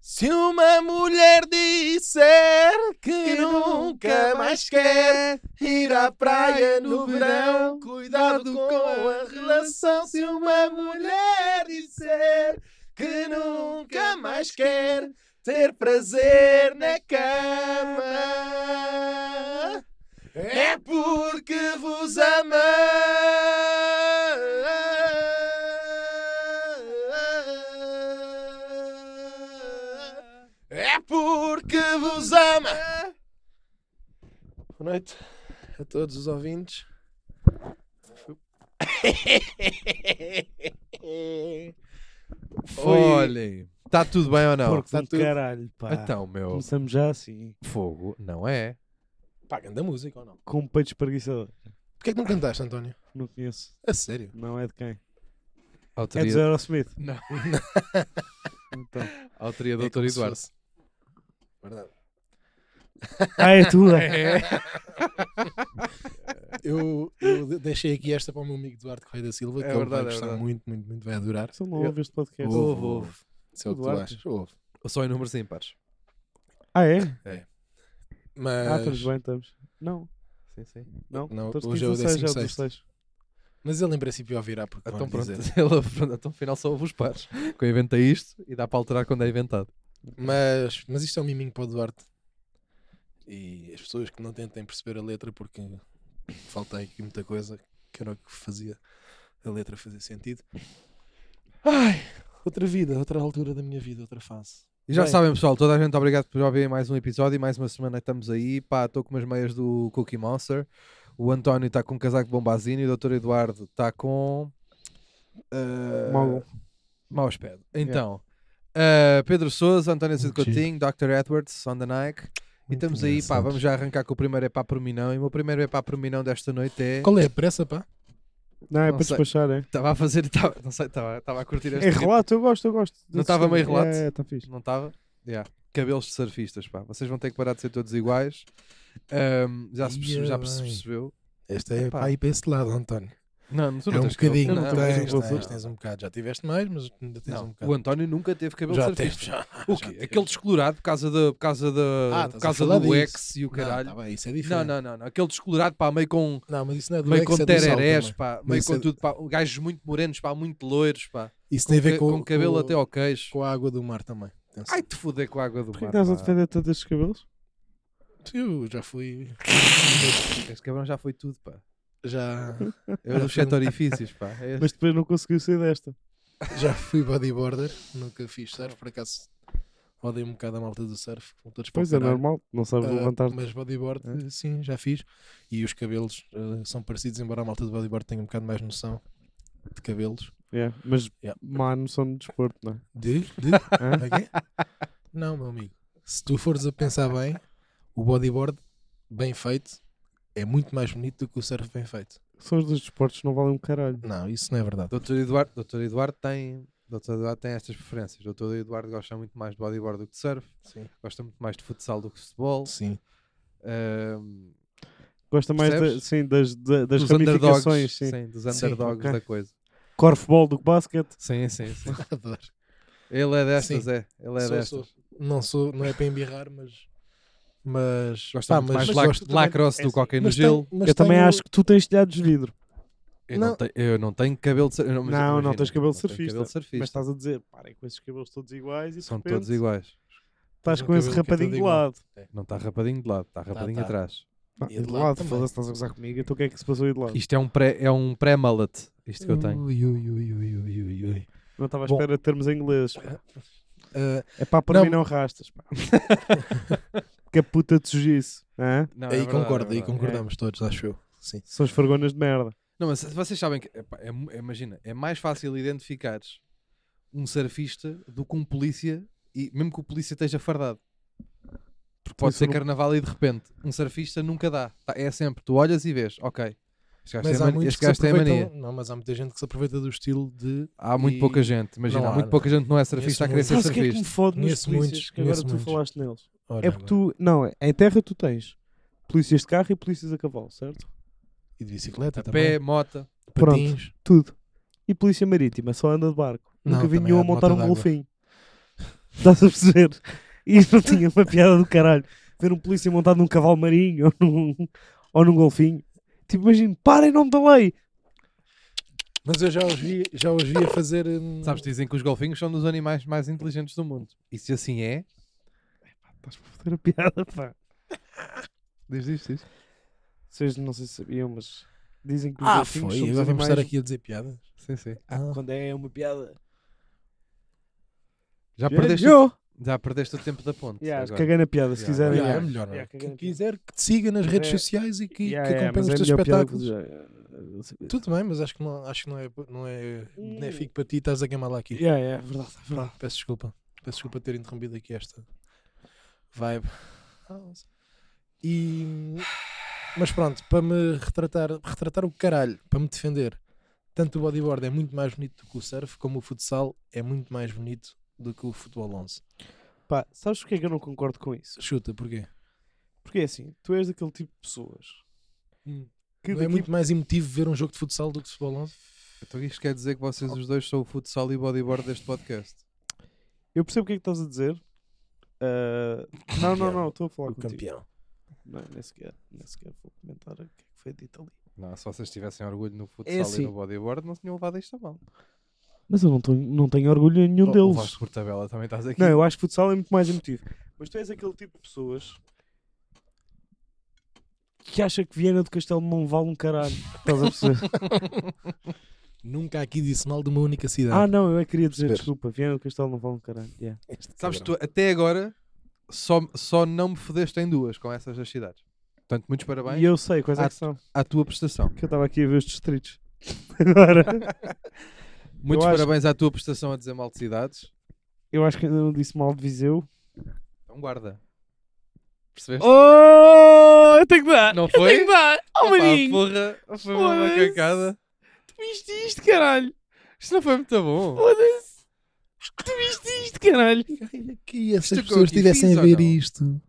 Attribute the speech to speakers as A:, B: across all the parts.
A: Se uma mulher disser que nunca mais quer ir à praia no verão, cuidado com a relação. Se uma mulher disser que nunca mais quer ter prazer na cama, é porque vos ama. É porque vos ama. Boa noite a todos os ouvintes. Foi.
B: Olhem, está tudo bem ou não?
A: Porco
C: Porque
A: tá
C: do
A: tudo.
C: caralho, pá.
B: Então, meu,
C: Começamos já assim,
B: fogo não é.
A: Pá, da música ou não?
C: com um peito espreguiçador.
A: Porquê é que não cantaste, António?
C: Não conheço.
A: A sério?
C: Não é de quem? É dos
B: Autoria,
C: Aerosmith.
B: Não.
C: Então.
B: autoria do
A: É
B: Doutor
A: como se
B: Eduardo.
A: fosse. Verdade.
C: Ah, é tua!
A: Eu, eu de- deixei aqui esta para o meu amigo Eduardo Correia da Silva,
B: É
A: que ele
B: verdade, é
A: vai gostar
B: verdade.
A: muito, muito, muito, vai adorar.
C: Se ele não ouve este podcast.
A: Ouve,
B: Ouve, ouve.
A: Se é o que tu
C: Eduardo.
A: achas. Ouve.
B: Só em números ímpares.
C: Ah, é?
A: Mas
B: tá
C: Ah, estamos bem, estamos. Não,
B: Sim, sim.
C: não.
A: É. Não,
C: estamos
A: hoje é o
C: 16,
A: 16º. Mas ele em princípio ouvirá porque
B: Então
A: vão-lhe
B: pronto,
A: dizer.
B: ele, pronto, então final só houve os pares. Que eu inventei isto e dá para alterar quando é inventado.
A: Mas, mas isto é um miminho para o Duarte. E as pessoas que não tentem perceber a letra porque falta aqui muita coisa que era o que fazia a letra fazer sentido. Ai, outra vida, outra altura da minha vida, outra fase.
B: E já
A: Bem.
B: sabem, pessoal, toda a gente obrigado por ouvir mais um episódio e mais uma semana estamos aí. Pá, estou com umas meias do Cookie Monster. O António está com um casaco de bombazinho e o Dr. Eduardo está com. ah,
C: Mau-
B: Mau aspecto. Então, ah, Pedro Souza, António Cid Coutinho, Dr. Edwards, on the Nike. E
A: Muito
B: estamos aí, pá,
A: engraçado.
B: vamos já arrancar com o primeiro epá por mim não. E o meu primeiro epá por mim não desta noite é.
A: Qual é a pressa, pá?
C: Não, é
B: Não
C: para
B: sei.
C: despachar, é?
B: Estava a fazer, tava, não sei, estava a curtir este
C: É
B: ritmo.
C: relato, eu gosto, eu gosto.
B: Não estava meio relato?
C: É, está fixe.
B: Não estava? Yeah. Cabelos de surfistas, pá. Vocês vão ter que parar de ser todos iguais. Ahm, já, se percebe- já
A: Ia
B: se
A: bem.
B: percebeu.
A: Esta é
B: Epá.
A: para ir para esse lado, António.
B: Não, tu não
A: é um
B: tens cabelo.
A: bocadinho,
B: Eu não
A: não,
B: tenho
A: tens,
B: cabelo de
A: tens,
B: surfista.
A: tens um bocado. Já tiveste mais, mas ainda tens
B: Não,
A: um
B: o
A: bocado.
B: António nunca teve cabelo
A: Já
B: de
A: teve,
B: surfista.
A: já.
B: O
A: já
B: quê?
A: teve.
B: Aquele descolorado por causa, de, por causa, de,
A: Ah, estás
B: por
A: a
B: causa
A: falar
B: do
A: disso.
B: ex e o
A: Não,
B: caralho.
A: tá bem, isso é
B: Não,
A: diferente.
B: não, não, não. Aquele descolorado, pá, meio com,
A: Não, mas isso não é do
B: meio
A: Ex,
B: com
A: é do
B: tererés,
A: Sal também.
B: pá.
A: Mas
B: Meio
A: isso
B: com
A: é do-
B: tudo, pá. Gajos muito morenos, pá, muito loiros, pá.
A: Isso tem
B: Com,
A: a ver
B: ca-
A: com,
B: com cabelo
A: com-
B: até ao queixo.
A: com a água do mar também. Atenção.
B: Ai, te foder com a água do
C: Porquê que
B: mar.
C: estás a
B: pá.
C: defender tanto estes cabelos?
A: Eu já fui.
B: Este cabrão já foi tudo, pá.
A: Já,
B: Eu dos sete orifícios, pá. É
C: Mas depois não conseguiu sair desta.
A: já fui bodyboarder, nunca fiz surf, por acaso odeio um bocado a malta do surf, vão todos para o
C: Pois é,
A: caralho.
C: normal. Não sabes
A: Ah,
C: levantar-te. É.
A: mas bodyboard, eh, sim, já fiz. E os cabelos eh, são parecidos, embora a malta do bodyboard tenha um bocado mais noção de cabelos.
C: É, mas
A: Yeah.
C: má noção de desporto, não é?
A: De? de?
C: Hã?
A: Ok? é? Não, meu amigo. Se tu fores a pensar bem, o bodyboard bem feito é muito mais bonito do que o surf bem feito.
C: São os dois desportos que não valem um caralho.
A: Não, isso não é verdade.
B: Doutor Eduardo, Doutor Eduardo tem. Doutor Eduardo tem estas preferências. Doutor Eduardo gosta muito mais de bodyboard do que de surf,
A: Sim.
B: gosta muito mais de futsal do que de futebol.
A: Sim.
B: ehm,
C: Gosta mais da-
B: Percebes?
C: sim, das, da- das
B: dos underdogs,
C: ramificações,
B: sim.
C: sim.
B: dos
A: Sim,
B: underdogs
C: ok.
B: da coisa.
C: Corfball do que basquete.
B: Sim, sim, sim.
A: Adoro.
B: Ele é destas,
A: Sim.
B: é. Ele é
A: Sou,
B: destas.
A: sou. Não sou, não é para embirrar, mas mas
B: Gosta
A: pá,
B: muito
A: mas,
B: mais
A: mas
B: lac-
A: gosto
B: de
A: também-
B: lacrosse do
C: assim,
B: que hockey no
A: mas
B: gelo.
A: tenho- mas
C: eu também
A: tenho-
C: acho que é tu tens telhados de vidro.
B: Eu, não
A: Não.
B: te- eu não tenho cabelo de surfista.
C: Não, não tens cabelo de surfista,
B: Cabelo de
C: Mas tá
B: surfista.
C: estás a dizer, parem com esses cabelos todos iguais e de
B: São
C: repente,
B: todos iguais.
C: Estás
A: Mas
C: com
A: o
C: esse
A: cabelo que é
C: rapadinho
A: todo
C: de
A: igual.
C: lado.
B: Não está rapadinho de lado, está rapadinho
A: tá.
B: atrás.
C: Ah,
A: E
C: e de
A: de lado
C: lado,
A: também.
C: foda-se, estás a gozar comigo. Então o que é que se passou aí de lado?
B: Isto é um pré- é um pré-mullet, isto que eu tenho.
A: Ui, ui, ui, ui, ui, ui, ui.
C: Não estava à
A: Bom.
C: espera de termos em inglês. pá.
A: Ah,
C: É pá, para
A: Não.
C: mim não rastas. Pá. que a puta de sujiço. hã?
B: Não, é
A: aí
B: verdade,
A: concordo,
B: é
A: aí
B: verdade.
A: concordamos todos, acho eu. Sim.
C: São os fargonas de merda.
B: Não, mas vocês sabem que, epá, é mu- imagina, é mais fácil identificares um surfista do que um polícia, e mesmo que o polícia esteja fardado. Porque pode
C: Isso
B: ser
C: não-
B: carnaval e de repente um surfista nunca dá. Tá, É sempre, tu olhas e vês, ok. Este gajo,
A: Mas
B: tem,
A: há
B: mania,
A: muitos
B: este
A: que se
B: gajo tem mania.
A: aproveitam- não, mas há muita gente que se aproveita do estilo de
B: Há muito
A: e-
B: pouca gente, imagina,
A: Não
B: há
A: há,
B: muito
A: não.
B: pouca gente que não é surfista a querer
A: Conheço
B: ser
C: Sabes o que é que me
B: surfista.
C: fode nos
A: Conheço
C: polícias?
A: muitos,
C: que agora
A: conheço
C: tu
A: muitos.
C: falaste neles.
A: Ora,
C: É porque tu... Não, é- em terra tu tens polícias de carro e polícias a cavalo, certo?
A: e de bicicleta
B: A
A: também,
B: É pé, mota.
C: Pronto.
A: patins.
C: Tudo. E polícia marítima, só anda de barco.
A: Não,
C: Nunca vi
A: também
C: nenhum
A: há
C: a
A: de
C: montar
A: moto
C: um
A: d'água.
C: golfinho. Estás a perceber? E isto não tinha uma piada do caralho. Ver um polícia montado num cavalo marinho ou num, ou num golfinho. Tipo, imagina, para em nome da lei.
A: Mas eu já os vi, já os vi a fazer. hum,
B: Sabes, dizem que os golfinhos são dos animais mais inteligentes do mundo. E se assim é,
C: Estás a fazer a piada, pá.
B: diz isto, diz.
C: Vocês não sei se sabiam, mas dizem que os
A: Ah,
C: golfinhos são
A: foi.
C: dos
A: Agora vamos
C: animais-
A: estar aqui a dizer piadas.
B: Sim, sim.
A: Ah.
C: Quando é uma piada.
B: Já perdeste,
C: Eu!
B: já perdeste o tempo da ponte.
C: Yeah,
B: agora.
C: caguei na piada, se
B: Yeah,
C: quiserem.
A: Yeah, é
C: yeah.
A: melhor. não é?
C: Yeah, caguei
A: Quem
C: na
A: quiser que te siga nas redes
C: É.
A: sociais e que,
C: Yeah,
A: que
C: yeah,
A: acompanhe os
C: mas é
A: teus
C: a melhor piada que
A: espetáculos.
C: vos-
A: Tudo bem, mas acho que não, acho que não é, não é
C: Hum.
A: benéfico para ti estás a queimá-la aqui.
C: Yeah, yeah, é verdade, é verdade.
A: Peço desculpa. Peço desculpa ter interrompido aqui esta vibe. E... Mas pronto, para me retratar, retratar o caralho, para me defender, tanto o bodyboard é muito mais bonito do que o surf, como o futsal é muito mais bonito do que o futebol 11.
C: Pá, sabes porque é que eu não concordo com isso?
A: Chuta, porquê?
C: Porque é assim, tu és daquele tipo de pessoas Hum. que tipo?
A: Não é
C: daqui
A: muito mais emotivo ver um jogo de futsal do que de futebol 11?
B: Então isto quer dizer que vocês os dois são o futsal e o bodyboard deste podcast.
C: Eu percebo o que é que estás a dizer. Ah, não, não, não, estou a falar
A: O
C: contigo.
A: campeão.
C: Não, nem sequer, nem sequer vou comentar o que é que foi dito ali.
B: Não, se vocês tivessem orgulho no futsal
C: assim.
B: e no bodyboard, não tinham levado isto a mal.
C: Mas eu não tenho, não tenho orgulho em nenhum
B: Oh,
C: deles.
B: levaste por tabela, também estás aqui.
C: Não, eu acho que futsal é muito mais emotivo. Mas tu és aquele tipo de pessoas que acha que Viena do Castelo não vale um caralho. Estás a perceber?
A: Nunca aqui disse mal de uma única cidade.
C: ah, não, eu é que queria dizer,
A: Perceber.
C: desculpa, Viena do Castelo não vale um caralho. Yeah.
A: Este
B: Sabes,
A: cabrão.
B: tu até agora só, só não me fodeste em duas com essas das cidades. Portanto, muitos
C: E
B: parabéns
C: eu sei quais é
B: Ah,
C: que são,
B: à tua prestação.
C: que eu estava aqui a ver os distritos. Agora,
B: Muitos
C: acho-
B: parabéns à tua prestação a dizer mal de cidades.
C: eu acho que ainda não disse mal de Viseu.
B: Então guarda. Percebeste?
C: Oh, eu tenho que dar!
B: Não foi?
C: dar! Oh,
B: Opa,
C: maninho!
B: porra, foi uma
C: Foda-se.
B: cacada.
C: Tu viste isto, caralho!
B: Isto não foi muito bom.
C: Foda-se! Tu viste isto, caralho!
A: Ai, que essas
B: Isto é
A: pessoas
B: que eu
A: estivessem
B: fiz,
A: a
B: ou
A: ver
B: não?
A: isto.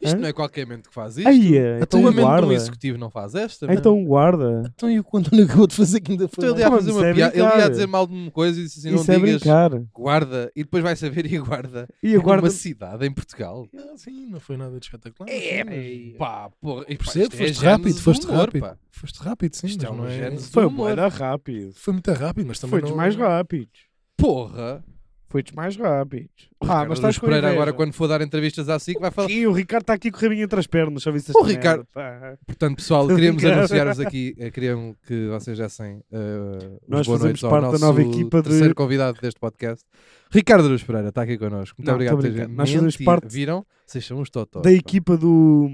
B: Isto
C: Hã?
B: não é qualquer mente que faz isto.
C: Aí, então
B: então a mente de
C: guarda!
B: um executivo não faz esta. meu.
C: Então
B: Assim
C: guarda!
A: Então e o que o António acabou de fazer que ainda foi.
B: Então
A: mais-
C: Mas
B: ele ia fazer
C: isso
B: uma
C: é
B: piada, ele
C: brincar.
B: ia dizer mal de uma coisa e disse assim: não
C: Isso é
B: digas
C: brincar!
B: guarda, e depois vai saber e guarda.
C: E agora
B: Uma cidade em Portugal.
A: Ah, sim, não foi nada de espetacular.
B: É,
A: sim, mas-
B: Pá, porra, e
A: Percebo,
B: pá, isto
A: foste
B: géneros
A: rápido,
B: do
A: foste
B: humor,
A: rápido.
B: pá.
A: Foste rápido, sim.
B: Isto é
A: mas
B: um
A: não
B: género de
C: Foi
B: humor.
C: bué rápido.
A: Foi muito rápido, mas também.
C: Foi-te
A: não-
C: mais rápido.
B: Porra.
C: Foi-te mais rápido. Ah,
B: Ricardo
C: mas
B: Araújo
C: estás com
B: Pereira
C: inveja.
B: agora quando for dar entrevistas à SIC vai falar.
C: E o Ricardo está aqui com o rabinho entre as pernas, só viste esta
B: O
C: merda, tá.
B: Ricardo-
C: pá.
B: Portanto, pessoal,
C: Tô
B: queríamos
C: brincando.
B: anunciar-vos aqui, eh, queríamos que vocês dessem eh,
C: Nós
B: os boa
C: fazemos
B: noite ao
C: parte da
B: nosso
C: nova equipa de-
B: terceiro convidado deste podcast. Ricardo Araújo Pereira está aqui connosco. Muito
C: Não,
B: obrigado
C: tô
B: por
C: brincando.
B: teres
C: Nós fazemos
B: Mentira.
C: parte-
B: Viram? Vocês são uns totós.
C: Da
B: pá.
C: equipa do.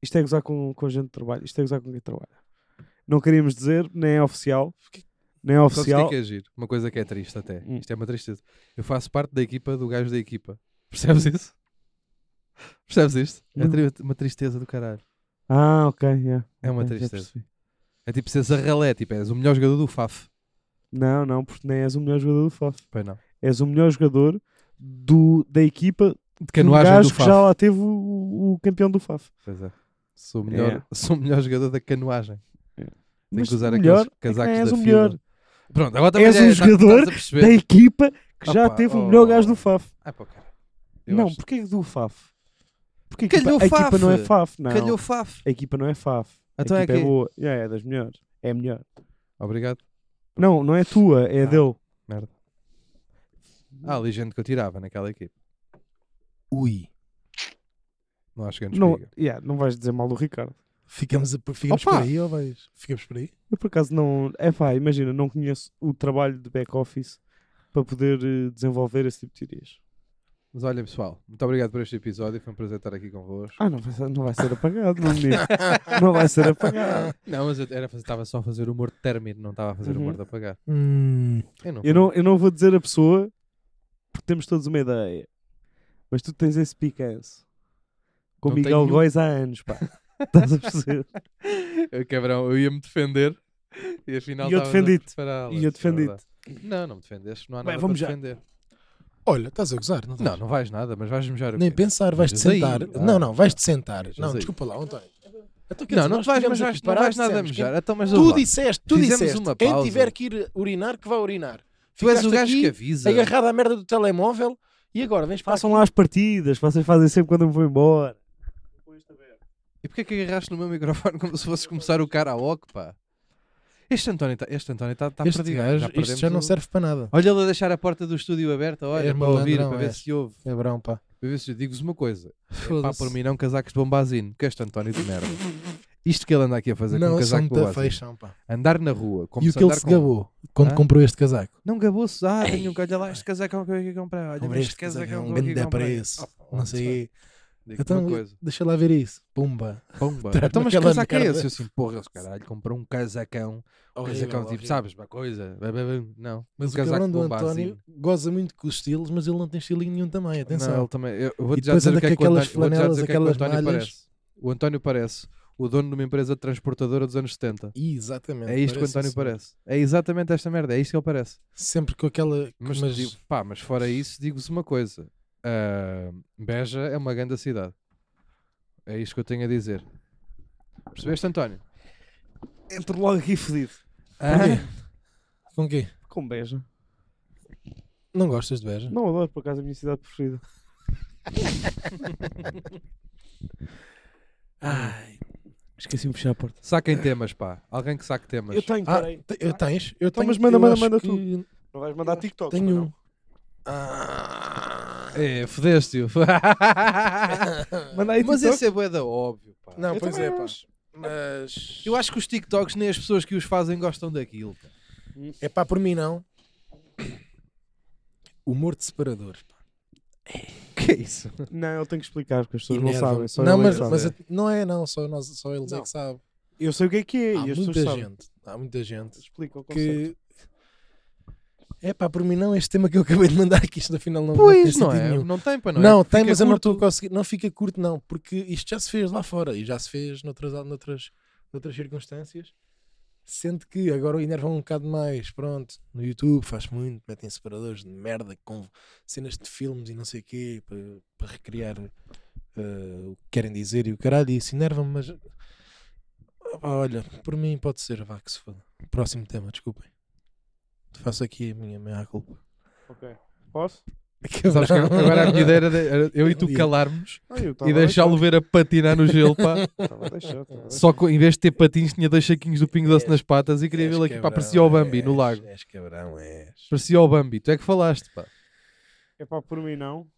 C: Isto é gozar com, com gente de trabalho. Isto é gozar com quem trabalha. Não queríamos dizer, nem é oficial. Nem é
B: Sabes o que é
C: oficial.
B: que é giro? Uma coisa que é triste até.
C: Hum.
B: Isto é uma tristeza. Eu faço parte da equipa do gajo da equipa. Percebes isso? Percebes isto? É
C: Não.
B: tri- uma tristeza do caralho.
C: Ah, ok. yeah.
B: É uma
C: Ok, já
B: tristeza.
C: percebi.
B: É tipo seres a ralé, tipo, és o melhor jogador do FAF.
C: Não, não, porque nem és o melhor jogador do FAF.
B: Pois não.
C: És o melhor jogador do, da equipa
B: De
C: do
B: canoagem é do
C: gajo que
B: FAF.
C: já lá teve o, o campeão do FAF.
B: Pois é. Sou o melhor,
C: Yeah.
B: sou o melhor jogador da canoagem. Tenho
C: É. Mas
B: que usar
C: o melhor
B: aqueles casacos
C: é que nem és
B: da
C: o
B: fila.
C: melhor
B: Pronto, agora também
C: És
B: já
C: um
B: tá-
C: jogador
B: estás a
C: da
B: perceber.
C: equipa que já
B: Opa,
C: teve
B: oh.
C: o melhor gajo do FAF.
B: Ah, pá, cara. Eu
C: Não,
B: acho-
C: porque é do FAF? Porque a
B: Calhou
C: equipa, a equipa
B: Faf.
C: não é FAF, não.
B: Calhou FAF.
C: A equipa não é FAF.
B: Então
C: a
B: é
C: equipa é,
B: quê?
C: boa. É, é das melhores. É a melhor.
B: Obrigado.
C: Não, não é tua, é
B: Ah.
C: dele.
B: Ah, ali gente que eu tirava naquela equipa.
A: Ui.
B: Não acho que
C: Não, yeah, não vais dizer mal do Ricardo.
A: Ficamos, a- ficamos por
B: Opa!
A: aí ou vais? Ficamos por aí?
C: Eu por acaso não. É pá, imagina, não conheço o trabalho de back-office para poder eh, desenvolver esse tipo de teorias.
B: Mas olha, pessoal, muito obrigado por este episódio. Foi um prazer estar aqui convosco.
C: Ah, não vai ser, não vai ser apagado, meu menino. não vai ser apagado.
B: Não, mas eu era fazer- estava só a fazer humor de término, não estava a fazer
C: Uhum.
B: humor de apagar.
A: Hum,
B: Eu não.
C: Eu não, eu não vou dizer a pessoa porque temos todos uma ideia. Mas tu tens esse picanço. Com
B: Não
C: Miguel
B: tenho.
C: Góis há anos, pá. Estás a perceber?
B: Eu, cabrão, eu ia-me defender e afinal
C: E eu
B: estavas a
C: defendi-te.
B: preparar
C: E
B: aulas,
C: eu
B: é verdade.
C: defendi-te.
B: Não, não me defendeste, não há
A: Bem,
B: nada
A: vamos
B: para
A: já.
B: defender.
A: Olha, estás a gozar, não estás?
B: Não, não vais nada, mas vais mejar o
A: Nem
B: quê?
A: pensar, vais-te
B: Vejas aí.
A: sentar.
B: Ah.
A: Não, não, vais-te sentar.
B: Vejas
A: Não,
B: aí.
A: desculpa lá, António. Então, quer
B: Não,
A: dizer,
B: não
A: nós
B: te vais,
A: tivemos
B: mas vais,
A: aqui
B: não
A: parado,
B: vais nada a
A: dissemos,
B: mejar. Então, mas ouve
A: Tu
B: lá.
A: disseste, tu
B: Fizemos
A: disseste,
B: uma
A: quem
B: pausa.
A: tiver que ir urinar, que vá urinar.
B: tu és
A: Ficaste
B: o gajo
A: aqui
B: que avisa.
A: agarrado à merda do telemóvel E agora, vens para
C: Façam lá as partidas, vocês fazem sempre quando eu me vou embora.
B: E porquê que agarraste no meu microfone como se fosse começar o karaoke, pá? Este António está este António tá, tá
A: este
B: perdido.
A: gajo, isto
B: perdemos um
A: já não
B: o-
A: serve para nada.
B: Olha ele a deixar a porta do estúdio aberta, olha,
A: É
B: para ouvir,
A: malandrão,
B: para ver
A: é.
B: se ouve.
A: É brão, pá.
B: Para ver se digo-vos uma coisa. É pá,
A: Foda-se.
B: por mim não casacos de bombazino, que este António de merda. Isto que ele anda aqui a fazer com
A: Não,
B: um
A: são
B: casaco de
A: muito
B: bombazino.
A: feios, são, pá.
B: Andar na rua, como
A: E o
B: se
A: que ele
B: andar
A: se
B: com-
A: gabou quando
B: Hã?
A: comprou este casaco?
B: Não gabou-se, ah, tenho
A: Ei,
B: um gajo, olha lá, este casacão que eu aqui comprei, olha, mas
A: Comprei
B: este
A: este casaco, é um
B: casacão que eu aqui
A: grande
B: comprei.
A: preço.
B: Oh,
A: Não sei.
B: Digo
A: Então,
B: uma coisa,
A: deixa lá ver isso. Pumba.
B: pomba.
A: traz-me
B: Então, mas que
A: aquela
B: casaco é
A: merda.
B: esse? Eu assim, porra, esse caralho, comprou um casacão, um
A: Horrível,
B: casacão tipo,
A: horrível.
B: sabes, uma coisa, blá, blá, blá. não. Um
A: Mas o
B: casaco assim.
A: cabrão do
B: bombazinho.
A: António goza muito com os estilos, mas ele não tem estilinho nenhum também,
B: Não,
A: atenção.
B: ele também. Eu vou
A: E
B: já
A: depois
B: dizer
A: anda
B: o que é
A: com
B: que o António,
A: aquelas
B: vou-te já dizer
A: flanelas,
B: o que é que o
A: aquelas
B: António
A: malhas.
B: parece. O António parece o dono de uma empresa transportadora dos anos 70.
A: Exatamente.
B: É isto que o
A: parece
B: António
A: assim.
B: parece. É exatamente esta merda, é isto que ele parece.
A: Sempre com aquela.
B: Mas, tipo-
A: mas-
B: digo- pá, mas fora isso, digo-vos uma coisa: Ah, Beja é uma grande cidade. É isto que eu tenho a dizer. Percebeste, António?
C: Entro logo aqui fedido.
A: Porquê? Ah, Com quê?
C: Com beijo.
A: Não gostas de Beja?
C: Não adoro, por acaso, a minha cidade preferida.
A: Ai,
C: Esqueci-me de fechar a porta.
B: Saquem temas, pá. Alguém que saque temas.
C: Eu tenho,
A: Ah,
C: peraí.
A: te- eu tens? Eu
C: Então,
A: tenho,
C: mas manda,
A: eu
C: manda,
A: acho
C: manda
A: que
C: tu. Não vais mandar TikTok.
A: Tenho
C: não.
A: um. Ah.
B: É, fodeste-o.
C: Manda aí
B: mas
C: TikTok.
B: esse é boeda óbvio, pá.
A: Não,
C: Eu
A: pois
C: também
A: é, pá.
C: acho.
A: Mas.
B: Eu acho que os TikToks nem as pessoas que os fazem gostam daquilo. pá.
A: É pá, por mim não. Humor de separador.
B: Que é isso?
C: Não, eu tenho que explicar, porque as pessoas não
A: Enerva-me.
C: sabem. Só
A: não,
C: ele é
A: mas,
C: que sabe.
A: mas a- não é, não. Só, nós, só eles é
C: Não.
A: que sabem.
C: Eu sei o que é que é
A: há
C: e as
A: muita
C: pessoas sabem.
A: gente. Há muita gente
C: Explica o conceito.
A: que. É pá, por mim não. Este tema que eu acabei de mandar aqui, isto afinal não, não tem
B: Pois,
A: sentido
B: não é?
A: nenhum.
B: Não tem, para
A: Não,
B: não é?
A: tem,
B: Fica
A: mas eu não
B: curto.
A: estou a conseguir. Não fica curto, não, porque isto já se fez lá fora e já se fez noutras, noutras, noutras circunstâncias. Sendo que agora o enervam um bocado mais, pronto, no YouTube faz muito, metem separadores de merda com cenas de filmes e não sei o quê para, para recriar eh, o que querem dizer e o caralho, e isso enerva-me, mas ah, pá, olha, por mim pode ser, vá que se foda. Próximo tema, desculpem. Faço aqui a minha meia culpa.
C: Ok. Posso?
B: Sabes que agora a minha ideia era de- era eu e tu calarmos
C: Ah, eu tava
B: e
C: a
B: deixá-lo ver a patinar no gelo, pá.
C: Tava a deixar, tava a
B: Só que em vez de ter patins, tinha dois saquinhos do Pingo Doce nas patas e queria
A: É, És
B: vê-lo aqui, pá.
A: cabrão,
B: Parecia o Bambi no
A: és,
B: lago.
A: És cabrão, és.
B: Parecia o Bambi. Tu é que falaste, pá.
C: É pá, por mim não.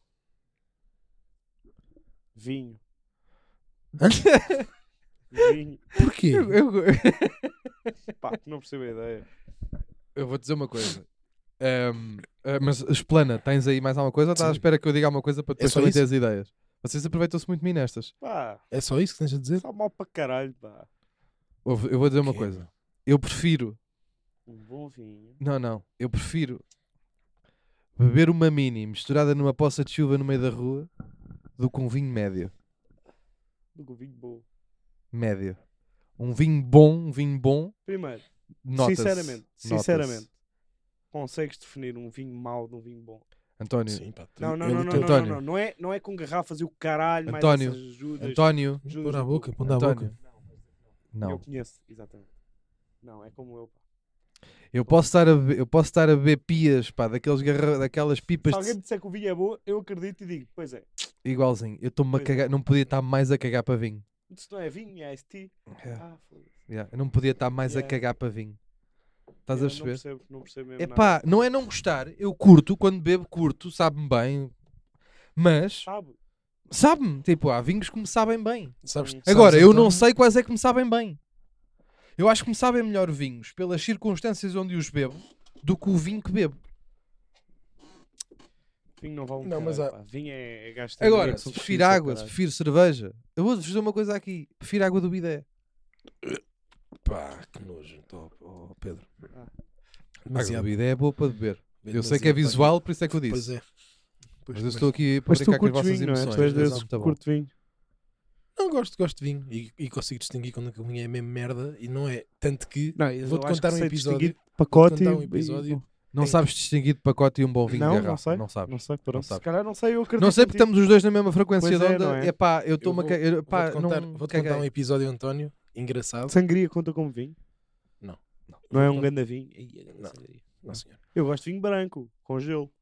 C: Vinho.
A: Hã?
C: Vinho.
A: Porquê?
B: Eu, eu-
C: Pá, tu não percebo a ideia.
B: eu vou dizer uma coisa. Ahm, ah, mas explana, tens aí mais alguma coisa ou estás à
A: Sim.
B: espera que eu diga alguma coisa para depois
A: só
B: também ter as
A: isso?
B: ideias? Vocês aproveitam-se muito de mim nestas.
C: Pá,
A: É só isso que tens a dizer?
C: está mal para caralho, pá.
B: Ouve, Eu vou dizer uma
A: Ok.
B: coisa. Eu prefiro
C: Um bom vinho.
B: Não, não. Eu prefiro beber uma mini misturada numa poça de chuva no meio da rua do que um vinho médio.
C: Do que um vinho bom.
B: Médio. Um vinho bom, um vinho bom,
C: Primeiro,
B: nota
C: sinceramente, sinceramente, consegues definir um vinho mau de um vinho bom?
B: António,
A: Sim, pá. tu-
C: Não, não,
A: ele
C: não, não,
A: teu-
C: não, não,
B: António.
C: não, não é, não é com garrafas e o caralho
B: António.
C: mais essas ajudas.
B: António,
A: Pôr à boca, pôr à
B: António.
A: boca.
C: Eu
B: Não.
C: conheço, exatamente. Não, é como eu, pá.
B: Eu posso estar a beber, eu posso estar a beber pias, pá, daqueles garra... daquelas pipas
C: Se
B: de-
C: alguém me disser que o vinho é bom, eu acredito e digo, pois é.
B: igualzinho. Eu estou-me a
C: Pois é.
B: cagar, não podia estar mais a cagar para vinho.
C: Se não é vinho, é iced tea.
B: Yeah.
C: Ah, foda-se.
B: Yeah, Eu não podia estar mais a
C: Yeah.
B: cagar para vinho. Estás a
C: Eu
B: perceber?
C: Não percebo, não percebo mesmo
B: É
C: nada.
B: pá, não é não gostar. Eu curto, quando bebo, curto, sabe-me bem. Mas,
C: Sabe?
B: sabe-me, tipo, há vinhos que me sabem bem.
A: Sabes,
C: Hum.
A: sabes,
B: Agora, eu não
A: António?
B: sei quais é que me sabem bem. Eu acho que me sabem melhor vinhos pelas circunstâncias onde os bebo do que o vinho que bebo.
C: Vinho não vale um
A: Não,
C: não,
A: mas
C: mas
A: há-
C: Vinho é, é gastar.
B: Agora, se prefiro água, se prefiro cerveja, eu vou-vos dizer uma coisa aqui: prefiro água do bidé.
A: Pá, que nojo. Tô, oh, Pedro.
C: Ah.
B: Água do
A: Demasiado-
B: bidé é boa para beber. Eu sei
A: demasiado
B: que é
A: para-
B: visual, por isso é que eu disse.
A: Pois é.
B: Mas
A: Pois,
B: eu
A: mas-
B: estou aqui para
C: Mas tu
B: brincar com as
C: curtes
B: vossas
C: vinho, não é?
B: emoções.
C: Tu és
A: tens
B: mas
A: desses
C: desses
B: não, tá bom.
C: curto vinho.
A: Não gosto, gosto de vinho. E, e consigo distinguir quando a vinho é mesmo merda e não é. Tanto que.
C: Não, eu
A: Vou-te
C: acho
A: contar
C: que
A: um
C: sei
A: episódio.
C: distinguir
A: Vou-te
C: Pacote
A: contar um
C: e-
A: episódio.
B: Não
A: Tem-
B: sabes distinguir de pacote e um bom vinho
C: Não,
B: de
C: não
B: garrafa.
C: sei.
B: Não
C: e-
B: sabes.
C: Não sei,
B: Não
C: pronto. Se
B: sabes.
C: calhar não sei, eu acredito.
B: Não sei
C: em
B: porque
C: ti.
B: estamos os dois na mesma frequência
C: Pois
B: de
C: é,
B: onda.
C: não
B: É,
C: é?
B: pá, eu estou-me a.
A: vou-
B: ca- eu- Pá,
A: Vou-te contar,
B: não.
A: vou contar um
B: caguei.
A: episódio, António. Engraçado.
C: Sangria conta como vinho?
A: Não.
C: Não é um
A: Não.
C: ganda vinho? Ei, é grande
A: Não.
C: sangria.
A: Não, senhor.
C: Eu gosto de vinho branco, com gelo.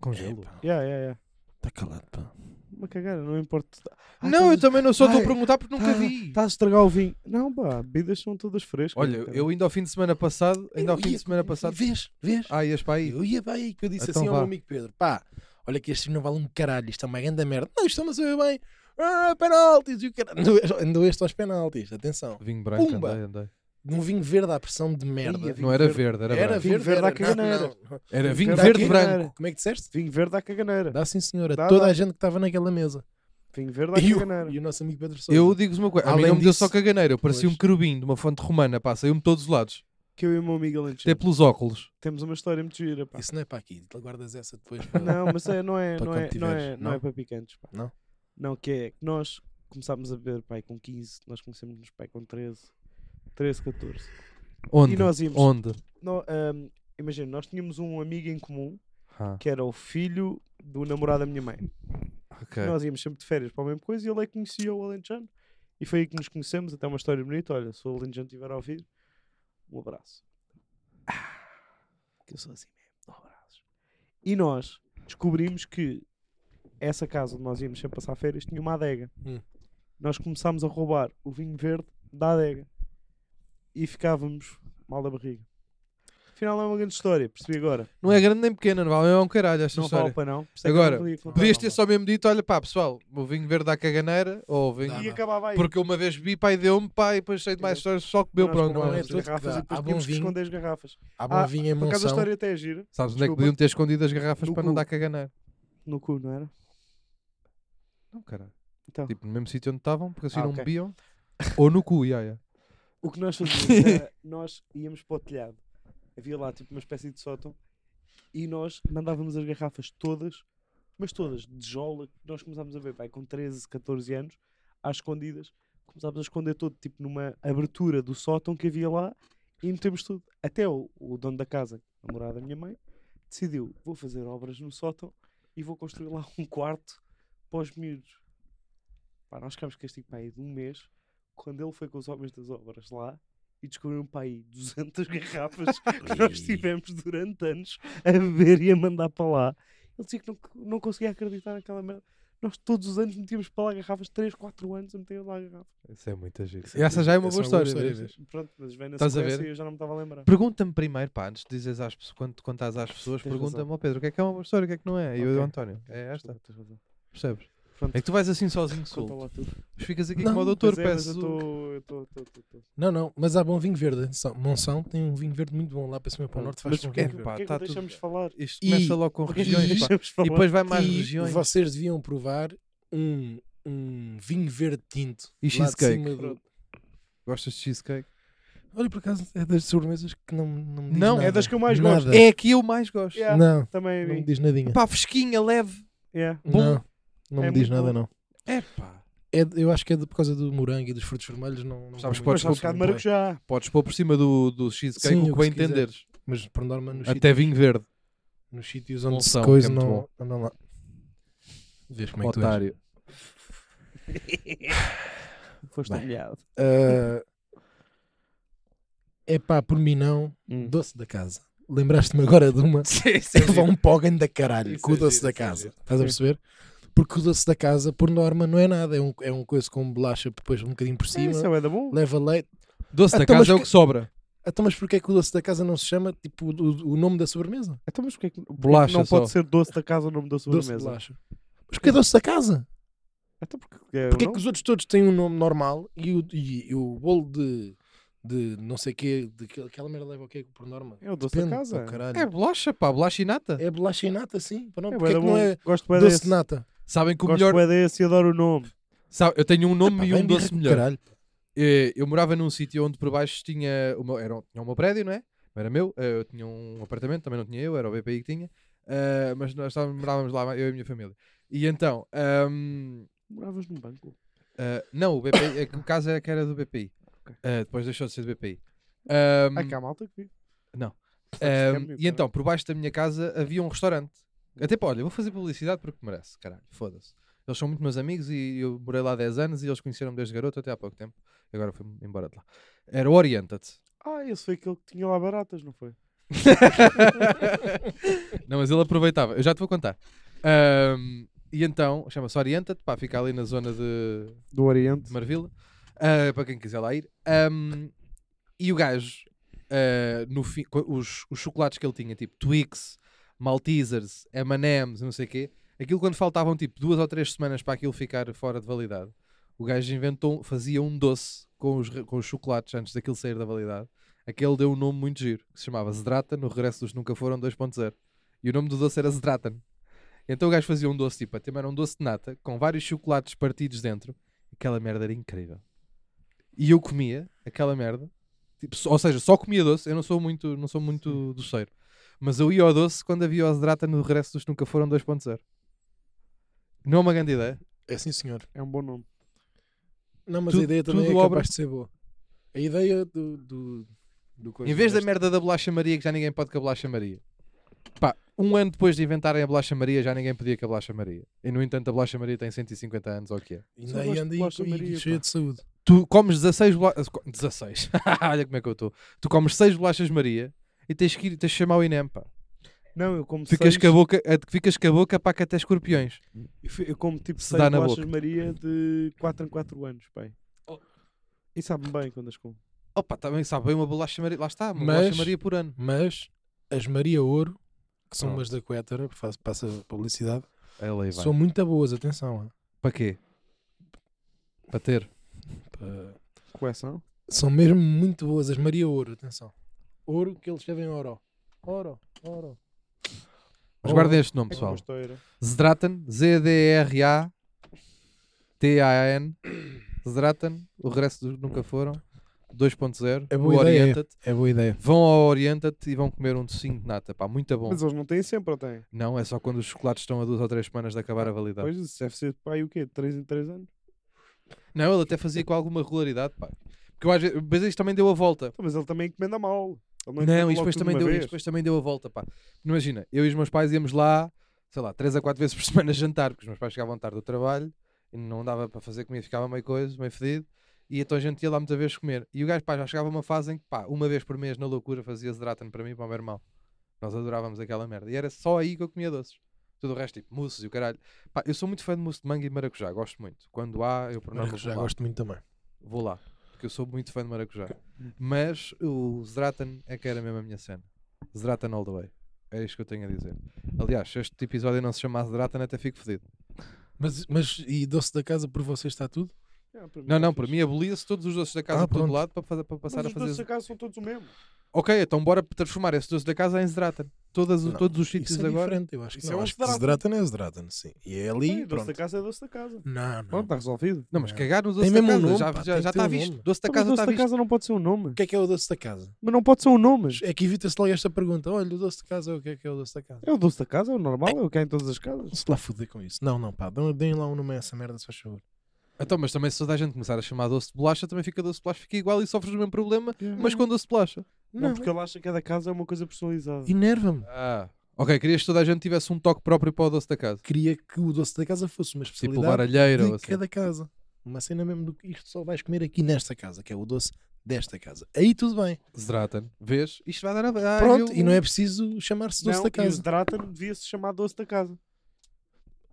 B: Com gelo.
C: Yeah, yeah, yeah.
A: Está Tá calado, pá.
C: Uma cagada, não importa. Ai,
B: Ah, Não, eu
C: estás-
B: também não sou de
C: Ai,
B: perguntar porque nunca
C: tá-
B: vi.
C: Estás a estragar o vinho. Não, pá, bebidas são todas frescas.
B: Olha,
C: cara.
B: eu ainda ao fim de semana passado, ainda ao
A: tá, Eu
B: fim
A: ia-
B: de semana passado.
A: Vês, vês?
B: Ah, ias para aí.
A: Eu ia bem, que eu disse
B: Então
A: assim ao
B: vá.
A: meu amigo Pedro: pá, olha que este filme não vale um caralho, isto é uma grande merda. Não, isto estamos a ver bem. Ah, penaltis, e o caralho. Andou este- Andou este aos penaltis, atenção.
B: Vinho branco,
A: Pumba!
B: andei, andei.
A: Num vinho verde à pressão de merda.
C: Ia, vinho
B: Não era
C: verde.
B: verde, era,
A: Era
B: branco.
A: verde,
C: verde à
A: era- não,
C: caganeira.
A: não, não.
B: Era vinho
A: verde à
B: verde
C: caganeira.
B: branco.
A: Como é que disseste?
C: Vinho verde à caganeira.
A: Dá sim, senhora.
C: Dá,
A: Toda
C: dá.
A: a gente que estava naquela mesa.
C: Vinho verde à
A: E o,
C: caganeira.
A: e o nosso amigo Pedro Sousa.
B: Eu digo-vos uma coisa, a mim
A: Além
B: não me deu só
A: disso-
B: caganeira, eu parecia
A: Pois.
B: um querubim de uma fonte romana, pá, saiu-me todos os lados,
C: Que eu e o meu amigo Alentejano
B: até pelos óculos.
C: temos uma história muito gira, pá.
A: Isso não é para aqui. Tu guardas essa depois. para-
C: Não, mas é, não, é,
A: Para
C: não,
A: quando
C: é, não, é,
A: tiveres,
C: não é
A: não?
C: para picantes, pá.
A: Não?
C: Não, que é que nós começámos a beber, pai, com 15, nós conhecemos-nos, pai, com 13, 13, 14.
B: Onde?
C: E nós íamos.
B: Onde?
C: Nó- ahm, imagina, nós tínhamos um amigo em comum
B: Ah,
C: que era o filho do namorado da minha mãe.
B: ok.
C: Nós íamos sempre de férias para a mesma coisa e ele é que conhecia o Alentejano. E foi aí que nos conhecemos, até uma história bonita. Olha, se o Alentejano estiver a ouvir, um abraço. Ah, que eu sou assim mesmo, dou abraços. E nós descobrimos que essa casa onde nós íamos sempre passar férias tinha uma adega.
A: Hum.
C: Nós começámos a roubar o vinho verde da adega. E ficávamos mal da barriga. Afinal, não é uma grande história, percebi agora.
B: Não é grande nem pequena, não vale é um caralho esta
C: Não vale
B: história.
C: para não. por isso é que eu
B: Agora,
C: não podia contar.
B: podias ter só mesmo dito, olha pá pessoal, o vinho verde à caganeira, ou o vinho...
A: Dá,
C: E
A: não.
C: acabava aí.
B: Porque uma vez vi, pai, deu-me, pai, e depois sei de mais histórias, só que bebeu,
C: Nós
B: pronto.
C: comprávamos
A: não é
C: as
A: tudo que
C: garrafas
A: dá.
C: e depois
A: Há bom
C: tínhamos que
A: vinho.
C: esconder as garrafas.
A: Há bom
C: Ah,
A: vinho em
C: Por acaso a
A: Monção.
C: história até é gira,
B: Sabes onde é que
C: Desculpa.
B: podiam ter escondido as garrafas
C: No
B: para não
C: cu.
B: dar caganeira?
C: no cu, não era?
B: Não, caralho.
C: Então,
B: Tipo, no mesmo sítio onde estavam, porque assim
C: Ah,
B: não
C: ok.
B: bebiam. Ou no cu, ia, ia.
C: o que nós fazíamos era, nós íamos para o telhado, havia lá tipo uma espécie de sótão, e nós mandávamos as garrafas todas, mas todas, de jola, que nós começámos a ver, pai, com 13, 14 anos, às escondidas, começámos a esconder todo, tipo numa abertura do sótão que havia lá, e metemos tudo. Até o, o dono da casa, namorado da minha mãe, decidiu, vou fazer obras no sótão e vou construir lá um quarto para os miúdos. Pá, nós ficámos com este tipo aí de um mês, quando ele foi com os homens das obras lá e descobriram para aí 200 garrafas que nós tivemos durante anos a beber e a mandar para lá. Ele dizia que não, não conseguia acreditar naquela merda. Nós todos os anos metíamos para lá garrafas, 3, 4 anos a meter lá garrafas.
B: Isso é muita gente.
A: Isso é
B: Essa já é uma
A: Essa
B: boa
A: é uma boa
B: história.
A: história,
B: vês?
C: Pronto, mas vem na
B: Estás a
C: sequência
B: ver?
C: e eu já não me estava a lembrar.
B: Pergunta-me primeiro, pá, antes de dizes às pessoas, quando contares às pessoas,
C: Tens
B: pergunta-me ao Pedro o que é que é uma boa história, o que é que não é. E eu e
C: Ok.
B: o António. É esta,
C: Desculpa, tens razão.
B: percebes?
C: Pronto,
B: É que tu vais assim sozinho
C: conta
B: solto.
C: lá tudo.
B: Mas Ficas aqui
A: Não,
B: como o doutor,
C: Pois é, mas eu
B: peço.
C: estou- eu estou- estou- estou- estou.
A: Não, não, mas há bom vinho verde. atenção. Monção tem um vinho verde muito bom lá para cima para o norte. Faz
B: Mas
A: bom
B: porquê
A: vinho
B: que,
A: verde.
B: pá,
C: Porquê que
B: tá
C: não
B: tudo-
C: deixamos falar?
B: Isto
A: E-
B: começa logo com
C: Porquê que
B: regiões, pá.
C: deixamos
B: E
C: falar?
B: depois vai mais
A: E
B: regiões.
A: Vocês deviam provar um, um vinho verde tinto.
B: E
A: lá de
B: cheesecake.
A: cima do-
C: Pronto.
B: Gostas de cheesecake?
A: Olha, por acaso é das sobremesas que não, não me diz
B: Não, é
A: nada.
C: das que eu mais
A: Nada.
C: gosto. É
B: É a que eu mais gosto.
C: Yeah,
A: Não,
C: Também
A: não me
C: vi.
A: diz nadinha.
B: Pá, fresquinha, leve.
C: Yeah.
B: bom.
A: Não, não
C: É
A: me diz
C: muito
A: nada,
C: bom.
A: não.
B: É pá.
A: É, de- eu acho que é de- por causa do morango e dos frutos vermelhos. Não, não
B: Sabes é
A: vou
C: Mas
B: Podes
A: muito.
C: sabes é
B: comprar
C: cá de
A: um boi.
C: maracujá.
B: Podes pôr por cima do, do cheesecake
A: Sim, o
B: o que
A: que
B: bem
A: quiseres.
B: entenderes.
A: Mas por norma nos,
B: Até vinho verde.
A: sítios- nos sítios onde
B: Monção,
A: se coisa
B: que é muito
A: não, andam lá. Vês como é que tu és.
B: Otário.
C: Foste
A: Bem.
C: humilhado.
A: Ah, é pá, por mim não. Doce da casa. Lembraste-me agora de uma. Teve um pogan da caralho
B: Isso
A: com o
B: é
A: doce
B: giro,
A: da
B: isso é
A: casa.
B: giro.
A: Estás a perceber? Porque o doce da casa, por norma, não é nada. É um, é um coisa com bolacha depois um bocadinho por cima.
C: Isso é bué da bom.
A: Leva leite.
B: Doce da
A: Então, mas
B: casa é o
A: que-
B: que sobra.
A: Então, mas porquê é que o doce da casa não se chama tipo o, o nome da sobremesa?
C: Então, mas porquê que porquê que
B: Bolacha
C: não
B: só.
C: pode ser doce da casa o nome da
A: Doce de
C: sobremesa?
A: bolacha. Mas porque é doce da casa?
C: Então, porque é o
A: Porquê é que
C: nome?
A: os outros todos têm um nome normal e o, e, e o bolo de, de não sei o quê, de, que- aquela merda leva o quê por norma?
C: É o doce
A: Depende,
C: da casa.
A: oh, caralho.
B: É bolacha, pá, bolacha e nata.
A: É bolacha e nata, sim. Pá, não,
C: É
A: porque é
C: bué da
A: que não
C: bom.
A: é
C: Gosto bué
A: doce
C: desse.
A: de nata?
B: Sabem que o
C: Gosto
B: melhor.
C: bué desse e adoro o nome.
B: Sabe, eu tenho um nome
A: Pá,
B: e
A: vai
B: um
A: birra
B: doce
A: do
B: melhor.
A: caralho.
B: Eh, Eu morava num sítio onde por baixo tinha. O meu, era, um- tinha o meu prédio, não é? Não era meu. eh, Eu tinha um apartamento, também não tinha eu, era o BPI que tinha. eh, mas nós estávamos, morávamos lá, eu e a minha família. E então. ahm,
C: Moravas num banco.
B: ah, não, o BPI, é que o caso era que era do BPI.
C: Ok.
B: Ah, depois deixou de ser do BPI. Ahm,
C: Ai, cá, malta que vi.
B: Não.
C: Sabes que é
B: Ahm,
C: meu,
B: e então, por baixo da minha casa havia um restaurante. Até pá, olha, vou fazer publicidade porque merece, caralho, foda-se. Eles são muito meus amigos e eu morei lá há 10 anos e eles conheceram-me desde garoto até há pouco tempo. Agora fui-me embora de lá. Era o Oriented.
C: Ah, esse foi aquele que tinha lá baratas, não foi?
B: Não, mas ele aproveitava. Eu já te vou contar. Ahm, e então, chama-se Orienta-te, pá, fica ali na zona de,
C: Do Oriente.
B: de Marvila, ah, para quem quiser lá ir. Ahm, e o gajo, ah, no fim, co- os, os chocolates que ele tinha, tipo Twix, Maltesers, M&M's, não sei o quê, aquilo quando faltavam tipo duas ou três semanas para aquilo ficar fora de validade, o gajo inventou, fazia um doce com os, re- com os chocolates antes daquilo sair da validade. Aquele deu um nome muito giro, que se chamava Zedrata, no regresso dos Nunca Foram 2.0. E o nome do doce era Zedratan. Então o gajo fazia um doce, tipo, até era um doce de nata, com vários chocolates partidos dentro, aquela merda era incrível. E eu comia aquela merda, tipo, só- ou seja, só comia doce, eu não sou muito, não sou muito doceiro, mas eu ia ao doce quando havia o Azedrata no regresso dos Nunca Foram 2.0. Não é uma grande ideia.
A: É sim, senhor.
C: É um bom nome.
A: Não, mas
B: Tu-
A: a ideia também é
B: tudo
A: capaz
B: obra-
A: de ser boa. A ideia do. do, do coisa
B: Em vez da
A: desta-
B: merda da bolacha Maria, que já ninguém pode com a bolacha Maria. Pá, um ano depois de inventarem a bolacha Maria, já ninguém podia com a bolacha Maria. E no entanto, a bolacha Maria tem 150 anos, ou o que é?
A: Ainda
C: Só
A: aí
C: gosto de
A: anda
C: Bolacha
A: aí
C: Maria,
A: cheia
C: pá.
A: de saúde.
B: Tu comes 16 bolachas. 16. Olha como é que eu estou. Tu comes 6 bolachas Maria e tens que, ir, tens que chamar o INEM, pá.
C: Não, eu como
B: Ficas
C: seis-
B: com a boca, eh, ficas com a boca para que até escorpiões.
C: Eu fi- Eu como tipo
B: Se
C: 6
B: dá na
C: bolachas
B: boca.
C: Maria de 4 em 4 anos, pai. E sabe-me bem quando as como.
B: Opa, também sabe bem uma bolacha Maria. Lá está, uma
A: Mas-
B: bolacha Maria por ano.
A: Mas as Maria Ouro, que são
B: Pronto.
A: umas da Quétara, faço- passa publicidade,
B: Ela aí vai.
A: são muito boas, atenção. ah.
B: um Para quê? Para ter.
A: Pá,
C: Coleção?
A: São mesmo muito boas as Maria Ouro, atenção. Ouro que eles escrevem oro. Oro, oro.
B: Mas
A: Ou-
B: guardem este nome,
C: É com
B: pessoal.
C: pasteira.
B: Zdratan, Z-D-R-A-T-A-N. Zdratan, o regresso dos nunca foram. 2.0.
A: É
B: o
A: boa ideia.
B: Orienta-te.
A: É boa ideia.
B: Vão ao Orienta-te e vão comer um docinho de nata, pá, muito bom.
C: Mas eles não têm sempre, ou têm?
B: Não, é só quando os chocolates estão a duas ou três semanas de acabar a validade.
C: Pois, isso deve ser, pai, o quê? 3 em 3 anos?
B: Não, ele até fazia com alguma regularidade, pá. Porque eu às vezes, mas isto também deu a volta.
C: Então, Mas ele também encomenda mal. Ele encomenda
B: Não,
C: logo
B: isto depois,
C: tudo
B: também
C: de
B: deu,
C: uma
B: isto
C: vez.
B: depois também deu a volta, pá. Imagina, eu e os meus pais íamos lá, sei lá, três a quatro vezes por semana jantar, porque os meus pais chegavam tarde do trabalho e não dava para fazer comida, ficava meio coisa, meio fedido. E então a gente ia lá muitas vezes comer. E o gajo, pá, já chegava uma fase em que, pá, uma vez por mês, na loucura, fazia Zdratan para mim e para o meu irmão. Nós adorávamos aquela merda. E era só aí que eu comia doces. Tudo o resto, tipo, mousses e o caralho. Pá, eu sou muito fã de mousse de manga e maracujá, gosto muito. Quando há, eu por norma
A: já
B: vou lá
A: gosto muito também.
B: vou lá, porque eu sou muito fã de maracujá. Mas o Zlatan é que era mesmo a minha cena. Zlatan all the way. É isto que eu tenho a dizer. Aliás, se este episódio não se chamasse Zlatan, até fico fedido.
A: Mas, mas e doce da casa por vocês está tudo?
C: Ah, para mim
B: Não,
C: é
B: não,
C: fixe.
B: para mim abolia-se todos os doces da casa
A: Ah,
B: por todo
A: pronto.
B: lado para, fazer, para passar
C: Mas
B: a
C: os doces
B: fazer.
C: da casa são todos o mesmo.
B: Ok, então bora transformar esse doce da casa em Zlatan. Todas, o-
A: Não,
B: todos os
A: Isso
B: sítios
A: é
B: agora.
A: diferente, eu acho que
C: Isso é
A: não.
C: um
A: Acho que
C: Zdratan.
A: Zdratan é Zdratan, sim. E é ali,
C: Sim, doce da
A: pronto.
C: casa é doce da casa.
A: Não,
C: Pronto,
A: não.
C: está resolvido.
B: Não, mas
A: Não.
B: cagar nos
A: É. Tem
B: doces da casa.
A: mesmo um
B: já,
A: nome, pá, tem
B: já, já
A: que
B: está
A: ter um
B: visto.
A: nome.
B: Doce da
C: Então,
B: casa
C: mas doce
B: está
C: da
B: visto.
C: casa não pode ser um nome.
A: O que é que é o doce da casa?
C: Mas não pode ser um nome.
A: É que evita-se logo esta pergunta. Olha, o doce da casa, o que é que é o doce da casa?
C: É o doce da casa, é o normal, é o que há em todas as casas.
A: Se lá foder com isso. Não, não, pá. dão- Deem lá um nome a essa merda, se faz favor.
B: Então, mas também se toda a gente começar a chamar doce de bolacha, também fica doce de bolacha, fica igual e sofres o mesmo problema, mas com doce de bolacha.
C: Não, porque ele acha que cada casa é uma coisa personalizada.
A: Enerva-me.
B: Ah, ok, querias que toda a gente tivesse um toque próprio para o doce da casa.
A: Queria que o doce da casa fosse uma
B: Tipo
A: especialidade
B: baralheira
A: de
B: ou assim.
A: cada casa. Uma cena mesmo do que isto só vais comer aqui nesta casa, que é o doce desta casa. Aí tudo bem.
B: Zlatan. Vês? Isto vai dar a dar
A: Pronto,
B: eu-
A: e não é preciso chamar-se doce
C: não,
A: da
C: e o
A: casa.
C: Zdratan devia-se chamar doce da casa.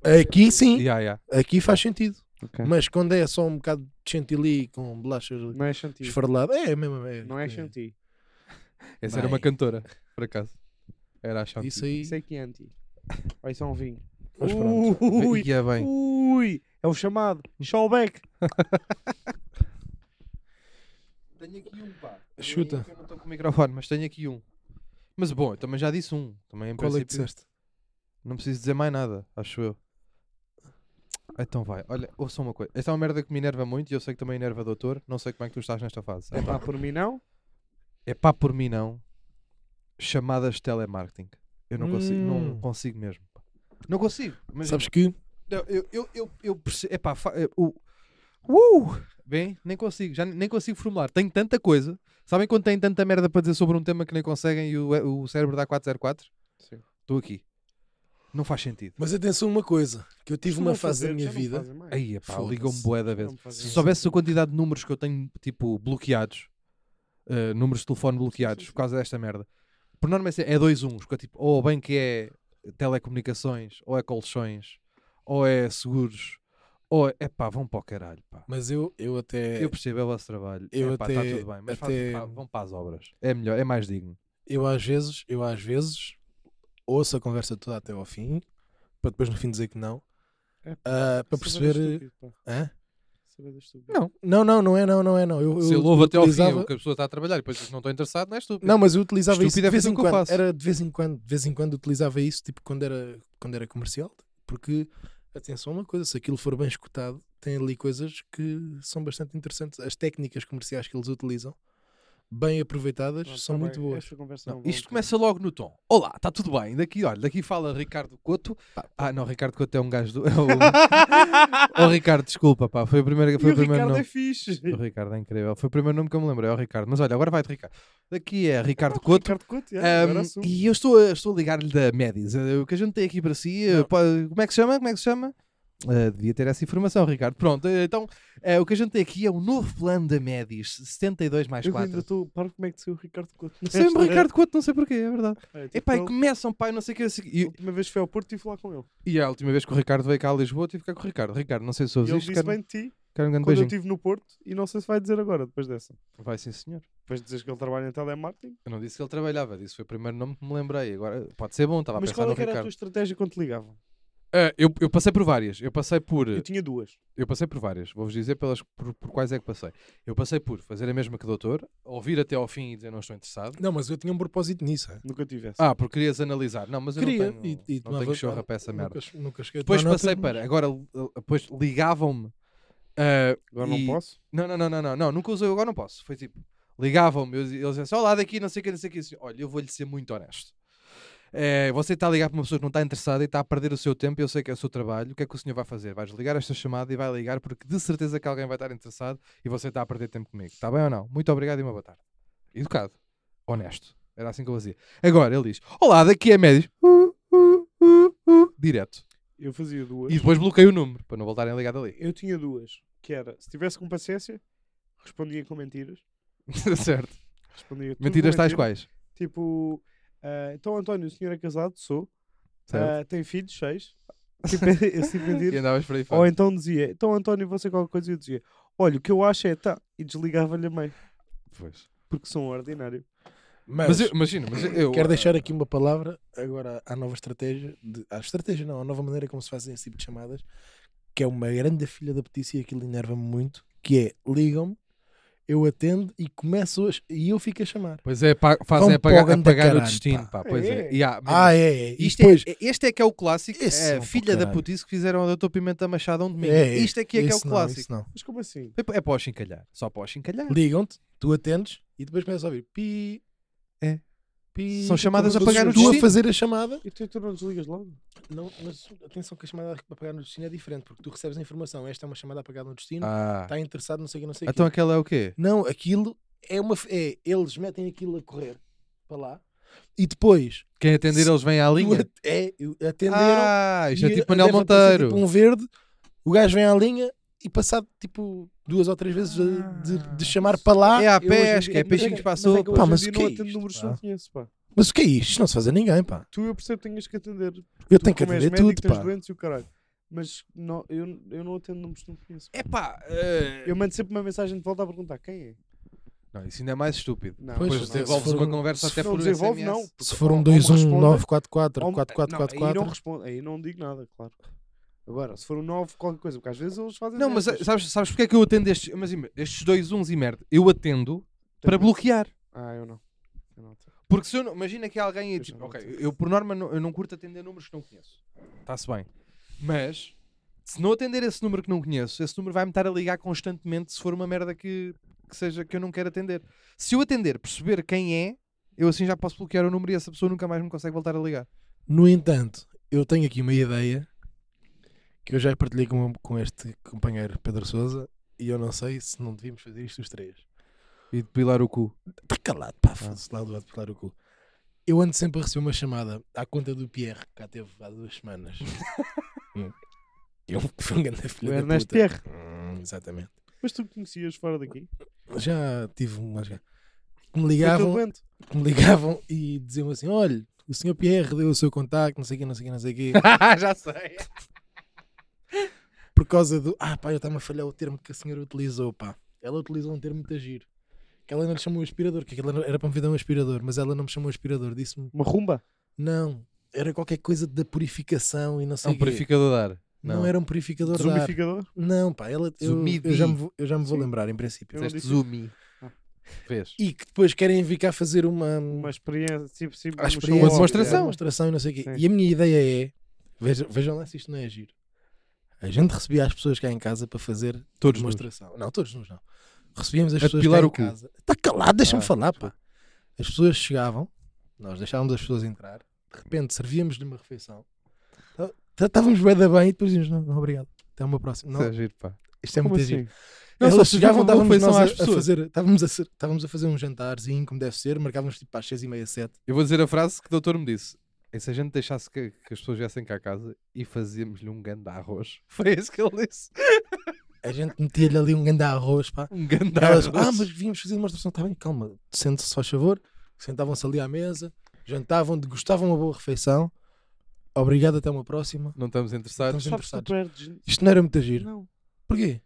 A: Aqui sim,
B: Ya, ya.
A: aqui faz sentido.
C: Ok.
A: Mas quando é só um bocado de chantilly com bolachas
C: Não é chantilly.
A: esfareladas, é mesmo. É,
C: Não é
A: é.
C: chantilly.
B: Essa era
A: Bem.
B: uma cantora, por acaso. Era a Shanti.
A: tipo, Isso aí.
C: Isso é que é anti. Ou isso é um vinho.
A: Mas pronto.
C: Ui,
B: Ia bem.
C: ui, é o chamado showback.
B: Tenho aqui um, pá.
A: Chuta.
B: Eu não estou com o microfone, mas tenho aqui um. Mas bom, eu também já disse um. Também em
A: Qual é que
B: princípio,
A: disseste?
B: não preciso dizer mais nada, acho eu. Então vai, olha, ouça uma coisa. Esta é uma merda que me enerva muito e eu sei que também enerva o doutor. Não sei como é que tu estás nesta fase.
C: É pá, por mim não.
B: É pá, por mim não. Chamadas de telemarketing. Eu não consigo, não
A: Hum.
B: consigo mesmo. pá. Não consigo. Mas
A: Sabes que
B: Não, eu, eu, eu, eu percebo. Epá, fa- eh, o. Uh! Bem, nem consigo, já nem consigo formular. Tenho tanta coisa. Sabem quando têm tanta merda para dizer sobre um tema que nem conseguem e o, o cérebro dá 404?
C: Sim.
B: Estou aqui. Não faz sentido.
A: Mas atenção uma coisa, que eu tive
C: Costumam
A: uma fase
C: fazer,
A: da minha
C: já não
A: vida.
C: fazem mais.
B: Aí, epá,
A: Foda-se.
B: ligam-me bué da vez.
C: Costumam fazer
B: Se
C: isso.
B: soubesse a quantidade de números que eu tenho, tipo, bloqueados, eh, números de telefone bloqueados por causa desta merda, Por norma é assim, é dois uns, que é tipo, ou bem que é telecomunicações, ou é colchões, ou é seguros, ou é pá, vão para o caralho, pá.
A: Mas eu, eu até.
B: Eu
A: Eu,
B: percebo, é o vosso trabalho.
A: Eu
B: é, pá, está
A: até-
B: tudo bem, mas faz-
A: até-
B: pá, vão para as obras. É melhor, é mais digno.
A: às vezes, eu às vezes ouço a conversa toda até ao fim, para depois no fim dizer que não.
C: É,
A: ah, para
C: Isso é bué da
A: perceber.
C: estúpido, pá.
A: Hã?
C: Isso é bué da estúpido.
A: Não, não, não, não é, não, não é, não. Eu,
B: Se eu
A: eu
B: louvo até ao fim, é
A: utilizava-
B: o que a pessoa está a trabalhar, e depois diz que não estou interessado, não é estúpido.
A: Não, mas eu utilizava isso
B: Estúpido é
A: de vez
B: fazer
A: em
B: o que eu
A: quando.
B: faço.
A: Era de vez em quando, de vez em quando utilizava isso, tipo quando era, quando era comercial, porque atenção uma coisa, se aquilo for bem escutado, tem ali coisas que são bastante interessantes. As técnicas comerciais que eles utilizam, bem aproveitadas,
C: Pronto,
A: são
C: tá
A: muito
C: bem,
A: boas.
C: esta conversa
B: Não,
C: não vale a
B: isto
C: pena.
B: começa logo no tom. Olá, está tudo bem? Daqui, olha, daqui fala Ricardo Couto. Ah, não, Ricardo Couto é um gajo do. é o- oh, Ricardo, desculpa, pá, foi o primeiro, foi
C: E
B: o
C: o
B: primeiro
C: Ricardo
B: nome.
C: é fixe.
B: O Ricardo é incrível. Foi o primeiro nome que eu me lembrei, é o Ricardo. Mas olha, agora vai-te, Ricardo. Daqui é Ricardo Couto.
C: Ricardo Couto,
B: Ahm,
C: é, agora assumo.
B: e eu estou a, estou a ligar-lhe da Medis. Eh, O que a gente tem aqui para si. eh,
A: Não.
B: pá, como é que se chama? Como é que se chama? Ah, devia ter essa informação, Ricardo. Pronto, eh, então eh, o que a gente tem aqui é o novo plano da Medis 72 mais
C: Eu ainda
B: 4.
C: estou. Para como é que saiu o Ricardo Couto.
B: Sempre Ricardo Couto, não sei porquê, é verdade.
C: É, tipo,
B: Epá, e
C: ele-
B: começam, pai, não sei o que. não sei o que.
C: A
B: E,
C: última vez que fui ao Porto e fui lá com ele.
B: e é a última vez que o Ricardo veio cá a Lisboa, tive que ficar com o Ricardo. Ricardo, não sei se
C: E
B: ouves
C: ele
B: isto,
C: disse
B: quero,
C: bem de ti
B: quero um grande
C: quando eu
B: beijinho.
C: estive no Porto e não sei se vai dizer agora, depois dessa.
B: Vai sim, senhor.
C: Depois de dizeres que ele trabalha em telemarketing.
B: Eu não disse que ele trabalhava, disse foi o primeiro nome que me lembrei. Agora pode ser bom, estava a
C: Mas
B: pensar
C: qual
B: no
C: é que era a tua
B: Ricardo.
C: estratégia quando te ligavam?
B: Ah, eu, eu passei por várias. Eu passei por.
C: Eu tinha duas.
B: Eu passei por várias. Vou-vos dizer pelas, por, por quais é que passei. Eu passei por fazer a mesma que o doutor, ouvir até ao fim e dizer não estou interessado.
A: Não, mas eu tinha um propósito nisso. é.
C: Nunca tivesse.
B: Ah, porque querias analisar. Não, mas eu
A: Queria
B: não
A: e,
B: tenho,
A: e
B: não tenho
A: tomava-
B: chorra para essa
A: nunca-
B: merda.
A: Nunca, cheguei a
B: Depois
A: tomar
B: passei
A: notas,
B: para. Agora eh, depois ligavam-me. ah,
C: agora não
B: e-
C: posso?
B: Não, não, não, não, não, não, nunca usei, agora não posso. Foi tipo, ligavam-me, eles eles diziam assim, olá daqui, não sei o que, não sei o que. Olha, eu vou-lhe ser muito honesto. Eh, você está a ligar para uma pessoa que não está interessada e está a perder o seu tempo, eu sei que é o seu trabalho, o que é que o senhor vai fazer? Vai desligar esta chamada e vai ligar porque de certeza que alguém vai estar interessado e você está a perder tempo comigo. Está bem ou não? Muito obrigado e uma boa tarde. Educado. Honesto. Era assim que eu fazia. Agora, ele diz, olá, daqui é médios. Uh, uh, uh, uh, direto.
C: Eu fazia duas.
B: E depois bloqueio o número, para não voltarem a ligar dali.
C: Eu tinha duas. Que era, se tivesse com paciência, respondia com mentiras.
B: certo.
C: Respondia tudo com
B: Mentiras tais
C: mentira.
B: quais.
C: Tipo, ah, então António, o senhor é casado? Sou.
B: Certo.
C: Ah, tem filhos? Seis. Tipo, esse tipo de mentiras.
B: E é andavas por aí fora.
C: Ou então dizia, então António, você qualquer coisa? E eu dizia, olha, o que eu acho é tá. E desligava-lhe a mãe,
B: Pois.
C: porque sou um ordinário.
A: Mas,
B: então Mas eu, imagina, mas eu.
A: quero deixar aqui uma palavra agora à nova estratégia, de, à estratégia não, à nova maneira como se fazem esse tipo de chamadas, que é uma grande filha da petice e aquilo enerva-me muito, que é ligam-me, eu atendo e começo a, ch- e eu fico a chamar.
B: Pois é, pa- fazem
A: Vão
B: apagar,
A: para o ganda
B: apagar o
A: caralho,
B: destino, pá. Pois é.
C: É.
B: E há-
A: Ah, é, é. E
B: Isto
A: depois,
B: é, este é que é o clássico.
A: Esse
B: é
A: não,
B: a
A: pá,
B: filha da
A: caralho.
B: putice que fizeram ao Dr. Pimenta Machado a um domingo.
A: É, é.
B: Isto aqui é que é o
A: Esse não,
B: clássico.
A: esse não.
C: Mas como assim?
B: É, é para o chincalhar. Só para o chincalhar.
A: Ligam-te, tu atendes e depois começas a ouvir pi.
B: É.
A: Pi.
B: São chamadas a
A: Como se
B: pagar
A: fosse
B: no
A: Tu a
B: destino.
A: fazer a chamada.
C: E tu, tu não desligas logo?
A: Não, mas atenção que a chamada a pagar no destino é diferente, porque tu recebes a informação. Esta é uma chamada a pagar no destino,
B: Ah.
A: está interessado, não sei o que, não sei o
B: Então
A: quê.
B: aquela é o quê?
A: Não, aquilo é uma. f- É, eles metem aquilo a correr para lá e depois.
B: Quem atender
A: Se
B: eles vem à
A: tu
B: linha.
A: at- é, eu- atenderam.
B: Ah, isto é
A: e
B: tipo
A: a-
B: Anel
A: deve aparecer
B: Monteiro.
A: tipo um verde, o gajo vem à linha e passado tipo duas ou três vezes de,
C: Ah.
A: de- de chamar para lá.
B: É à
A: eu hoje em
B: pesca,
A: dia-
B: é peixinhos para a
C: Mas é
B: sopa.
C: que
A: Pá,
C: hoje em
A: mas
C: dia
A: o que
C: não
A: é
C: atendo
A: isto,
C: números que
A: pá?
C: não conheço, pá.
A: Mas o que é isto? Isto não se faz a ninguém, pá.
C: Tu eu percebo que tenhas que atender.
A: Eu
C: tu,
A: tenho que
C: como és
A: atender
C: médico,
A: tudo,
C: tens
A: pá.
C: doentes e o caralho. Mas não, eu, eu não atendo números que não conheço.
B: É pá.
C: Eu mando sempre uma mensagem de volta a perguntar quem é.
B: Não, isso ainda é mais estúpido.
C: Não,
A: Pois,
B: Depois
A: se
B: desenvolves
A: for
B: uma
A: um-
B: conversa
A: se
B: até
C: não
B: por
C: desenvolve,
B: SMS.
C: não.
A: Se for
C: Ou-
A: um
C: ou me responde-
A: 21944
C: Ou- não, Aí não
A: 4444.
C: respondo, aí não digo nada, claro. Agora, se for um 9 qualquer coisa, porque às vezes eles fazem.
B: Não, mas
C: destas.
B: sabes, sabes porque é que eu atendo estes, mas, ima- estes dois uns e merda? Eu atendo para
C: Tenho-
B: bloquear.
C: Ah, eu não. Eu não atendo.
B: Porque se eu não, imagina que alguém é
C: Eu
B: tipo,
C: já
B: ok,
C: atendo.
B: eu por norma não, eu não curto atender números que não conheço. Está-se bem. Mas se não atender esse número que não conheço, esse número vai-me estar a ligar constantemente se for uma merda que, que seja que eu não quero atender. Se eu atender, perceber quem é, eu assim já posso bloquear o número e essa pessoa nunca mais me consegue voltar a ligar.
A: No entanto, eu tenho aqui uma ideia que eu já partilhei com, com este companheiro Pedro Souza e eu não sei se não devíamos fazer isto os três.
B: E depilar o cu.
A: Está calado,
C: Ah.
A: pá, foda-se lá do lado de pelar o cu. Eu ando sempre a receber uma chamada à conta do Pierre, que cá teve há duas semanas. Hum. Eu fui um grande filho da
C: Ernesto
A: puta.
C: Pierre.
A: Hum, exatamente.
C: Mas tu conhecias fora daqui?
A: Já tive umas. um que me
C: Foi aquele
A: ligavam,
C: momento.
A: que me ligavam e diziam assim: olha, o senhor Pierre deu o seu contacto, não sei o quê, não sei o quê, não sei o quê,
D: Já sei.
A: por causa do. Ah, pá, eu estava a falhar o termo que a senhora utilizou, pá. Ela utilizou um termo muito giro. Que ela não lhe chamou aspirador, que aquilo era para me vender um aspirador, mas ela não me chamou aspirador, disse-me:
C: Uma rumba?
A: não, era qualquer coisa da purificação e não
B: É
A: sei o
B: um
A: quê.
B: purificador de ar.
A: Não.
B: Não.
A: era um purificador de ar.
C: Zumbificador?
A: Não, pá, ela, eu,
B: Zumidi.
A: eu já me vou, eu já me vou
C: Sim.
A: lembrar, em princípio.
C: Eu- disse-
B: Dizeste zumi.
C: Ah.
B: Fez.
A: E que depois querem vir cá fazer uma, hum,
C: Uma experiência, tipo, tipo,
A: a
C: um
A: experiência,
C: show-off,
B: demonstração.
A: é uma demonstração e não sei o quê.
C: Sim.
A: E a minha ideia é, vejam, vejam lá se isto não é giro. A gente recebia as pessoas cá em casa para fazer
B: Todos nus.
A: demonstração. Não, todos nós não. Recebíamos as
B: A
A: pessoas
B: pilar
A: cá
B: o
A: em
B: cu.
A: casa. Está calado, deixa-me
C: Ah,
A: falar, pá. As pessoas chegavam, nós deixávamos as pessoas entrar, de repente servíamos-lhe uma refeição. Tá- Estávamos bem da bem e depois dizíamos, não, não, obrigado. Até uma próxima.
B: Isso é
A: Não,
B: giro, pá.
A: isto é
C: Como
A: muito
C: assim?
A: giro.
B: Não,
A: Elas
B: só
A: chegavam,
B: chegavam, davam
A: estávamos nós
B: refeição
A: a,
B: às
A: a
B: pessoas.
A: fazer, estávamos a, ser- estávamos a fazer um jantarzinho, como deve ser, marcávamos tipo às 6 e meia, 7.
B: Eu vou dizer a frase que o doutor me disse. E se a gente deixasse que, que as pessoas viessem cá a casa e fazíamos-lhe um ganda arroz? Foi isso que ele disse.
A: A gente metia-lhe ali um grande arroz, pá.
B: Um ganda
A: Elas,
B: arroz.
A: ah, mas vínhamos fazer demonstração, está bem, calma, sente-se só favor. Sentavam-se ali à mesa, jantavam, degustavam uma boa refeição. Obrigado, até uma próxima.
B: Não estamos interessados.
A: Estamos-
C: Sabes que tu perdes?
A: Isto não era muito giro.
C: Não.
A: Porquê?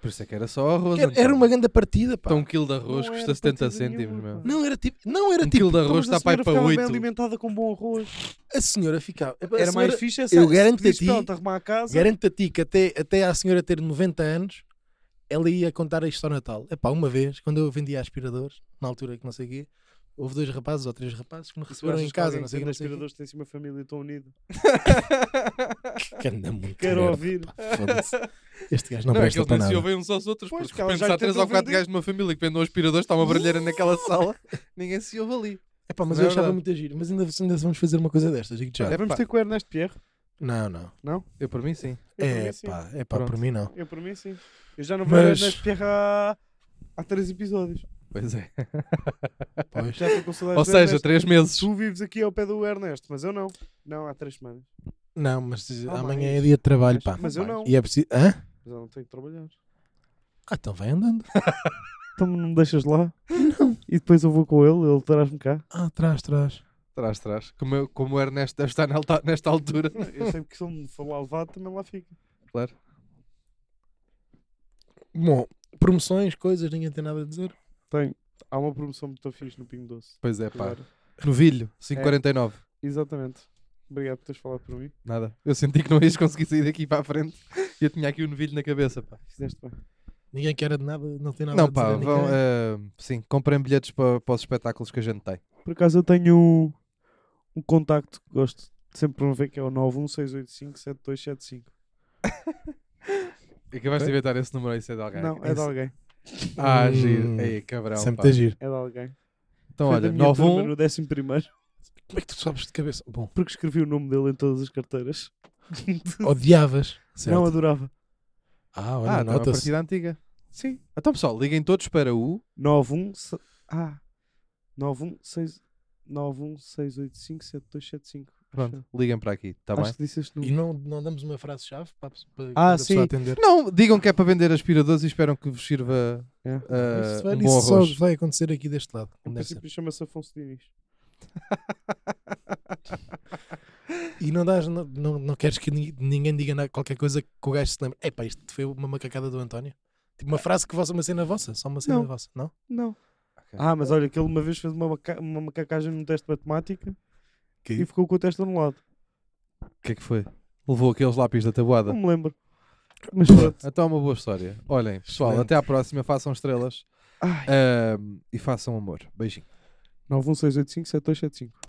B: Por isso é que era só arroz.
A: Porque Era, era
B: António.
A: uma grande partida, pá.
B: Então um quilo de arroz
C: Não
B: custa
C: era
B: 70
C: partida
B: cêntimos,
C: nenhuma,
B: meu.
C: pá.
A: Não, era tipo, não era
B: Um
A: tipo,
B: quilo de
C: Então,
B: arroz
C: mas a
B: está para
C: senhora
B: aí para
C: ficava
B: 8.
C: bem alimentada com bom arroz.
A: a senhora ficava. a
C: Era mais
A: senhora-
C: fixe essa.
A: eu
C: se
A: garanto-te a
C: pedisse
A: ti-
C: para ela te arrumar a casa.
A: Garanto a ti que até, até à senhora ter 90 anos, ela ia contar isto ao Natal. Epá, uma vez, quando eu vendia aspiradores, na altura que não sei o quê, houve dois rapazes ou três rapazes que me
C: Tu achas
A: receberam em
C: que
A: casa,
C: alguém
A: não sei o
C: que
A: quê,
C: anda
A: não sei o quê.
C: aspiradores tem uma família tão unida.
A: Que anda muito
C: Quero
A: merda,
C: ouvir.
A: pá, foda-se. Este gajo não,
B: Não, é que
A: presta
B: eles
A: para
B: nem se
A: nada.
B: ouvem uns aos outros.
C: Pois,
B: Pois,
C: que
B: porque de
C: elas
B: repente
C: já
B: há 3
C: tentam
B: ou 4
C: vender.
B: gajos de uma família que vendem um aspirador, está uma barulheira naquela sala, ninguém se ouve ali.
A: Epá, mas
B: Não
A: eu
B: é
A: achava
B: verdade.
A: muito agir. Mas ainda, ainda vamos fazer uma coisa destas, digo já.
B: É,
C: Vamos
B: pá.
C: ter com o Ernesto Pierre.
A: Não, não.
B: Eu, por mim, sim.
C: Eu por
A: É
C: mim, sim.
A: pá, é pá, por
B: Pronto.
A: mim não.
C: Eu por mim sim. Eu já não vejo
A: Mas-
C: Ernesto Pierre há... há três episódios.
B: Pois é.
A: Pois.
C: Já estou com saudades
A: é,
B: Ou
C: do
B: seja,
C: Ernesto.
B: 3 meses.
C: Tu vives aqui ao pé do Ernesto, mas eu não. Não, há três semanas.
A: Não, mas eh,
C: Ah,
A: amanhã
C: mais.
A: é dia de trabalho,
C: Mas-
A: pá.
C: mas eu não.
A: E é preciso. Hã?
C: Mas eu não tenho que trabalhar.
A: Ah, então vai andando.
C: Então não me deixas lá? Não. E depois eu vou com ele, ele traz-me cá.
A: Ah, trás, trás.
B: Trás, trás. Como, eu- como o Ernesto deve estar na alta- nesta altura.
C: Eu sei que se ele me for lá levado, também lá fica.
B: Claro.
A: Bom, promoções, coisas, ninguém tem nada a dizer.
C: Tenho. Há uma promoção muito fixe no Pingo Doce.
B: Pois é, pá.
C: Agora.
B: Novilho,
C: É.
B: 5,49.
C: Exatamente. Obrigado por teres falado por mim.
B: Nada. Eu senti que não ias conseguir sair daqui para a frente e eu tinha aqui o novilho na cabeça, pá.
C: Fizeste bem.
A: Ninguém quer de nada, não tem nada a
B: Não,
A: dizer.
B: pá,
A: a ninguém.
C: é.
B: vão, eh, sim, comprem bilhetes para, para os espetáculos que a gente tem.
C: Por acaso eu tenho um, um contacto que gosto de sempre promover que é o 916857275.
B: Acabaste de inventar esse número aí, se é de alguém.
C: Não, é de
A: Esse-
C: alguém.
B: Ah,
A: Hum.
B: giro. Ei, cabrão.
A: Sempre
B: pá.
A: tem giro.
C: É de alguém.
B: Então,
C: Foi
B: olha,
C: da minha turma
B: 91.
C: no décimo primeiro,
A: Como é que tu sabes de cabeça? Bom,
C: porque escrevi o nome dele em todas as carteiras.
A: odiavas. Certo.
C: Não adorava.
A: Ah, olha,
B: Ah, não, é uma
A: nota-se.
B: partida antiga.
C: Sim.
B: Então, pessoal, liguem todos para o.
C: 91 se- ah 916 916857275.
B: Pronto, liguem para aqui, está
C: Acho
B: bem?
C: que disse este
A: E
C: número.
A: não, não damos uma frase-chave para, a pessoa- para
C: Ah,
A: a pessoa
C: sim.
A: atender.
B: Não, digam que é para vender aspiradores e esperam que vos sirva
C: É.
B: ah,
A: isso vai,
B: um
A: isso
B: bom arroz.
A: só vai acontecer aqui deste lado.
C: Em
A: como
B: é
A: deve ser.
C: princípio chama-se Afonso Diniz.
A: E não, dás, não, não, não queres que ni- ninguém diga na- qualquer coisa que o gajo se lembre. Epá, isto foi uma macacada do António. Tipo uma
B: É.
A: frase que vossa, uma cena vossa, só uma cena
C: Não.
A: vossa, não?
C: Não.
B: Ok.
C: Ah, mas olha, que ele uma vez fez uma, maca- uma macacagem num teste de matemática
A: Que?
C: e ficou com o teste anulado.
B: O que é que foi? Levou aqueles lápis da tabuada.
C: Não me lembro. Mas pronto.
B: Então é uma boa história. Olhem, pessoal,
A: Excelente.
B: até à próxima. Façam estrelas
C: Ai.
B: ahm, e façam amor. Beijinho.
C: 916857275.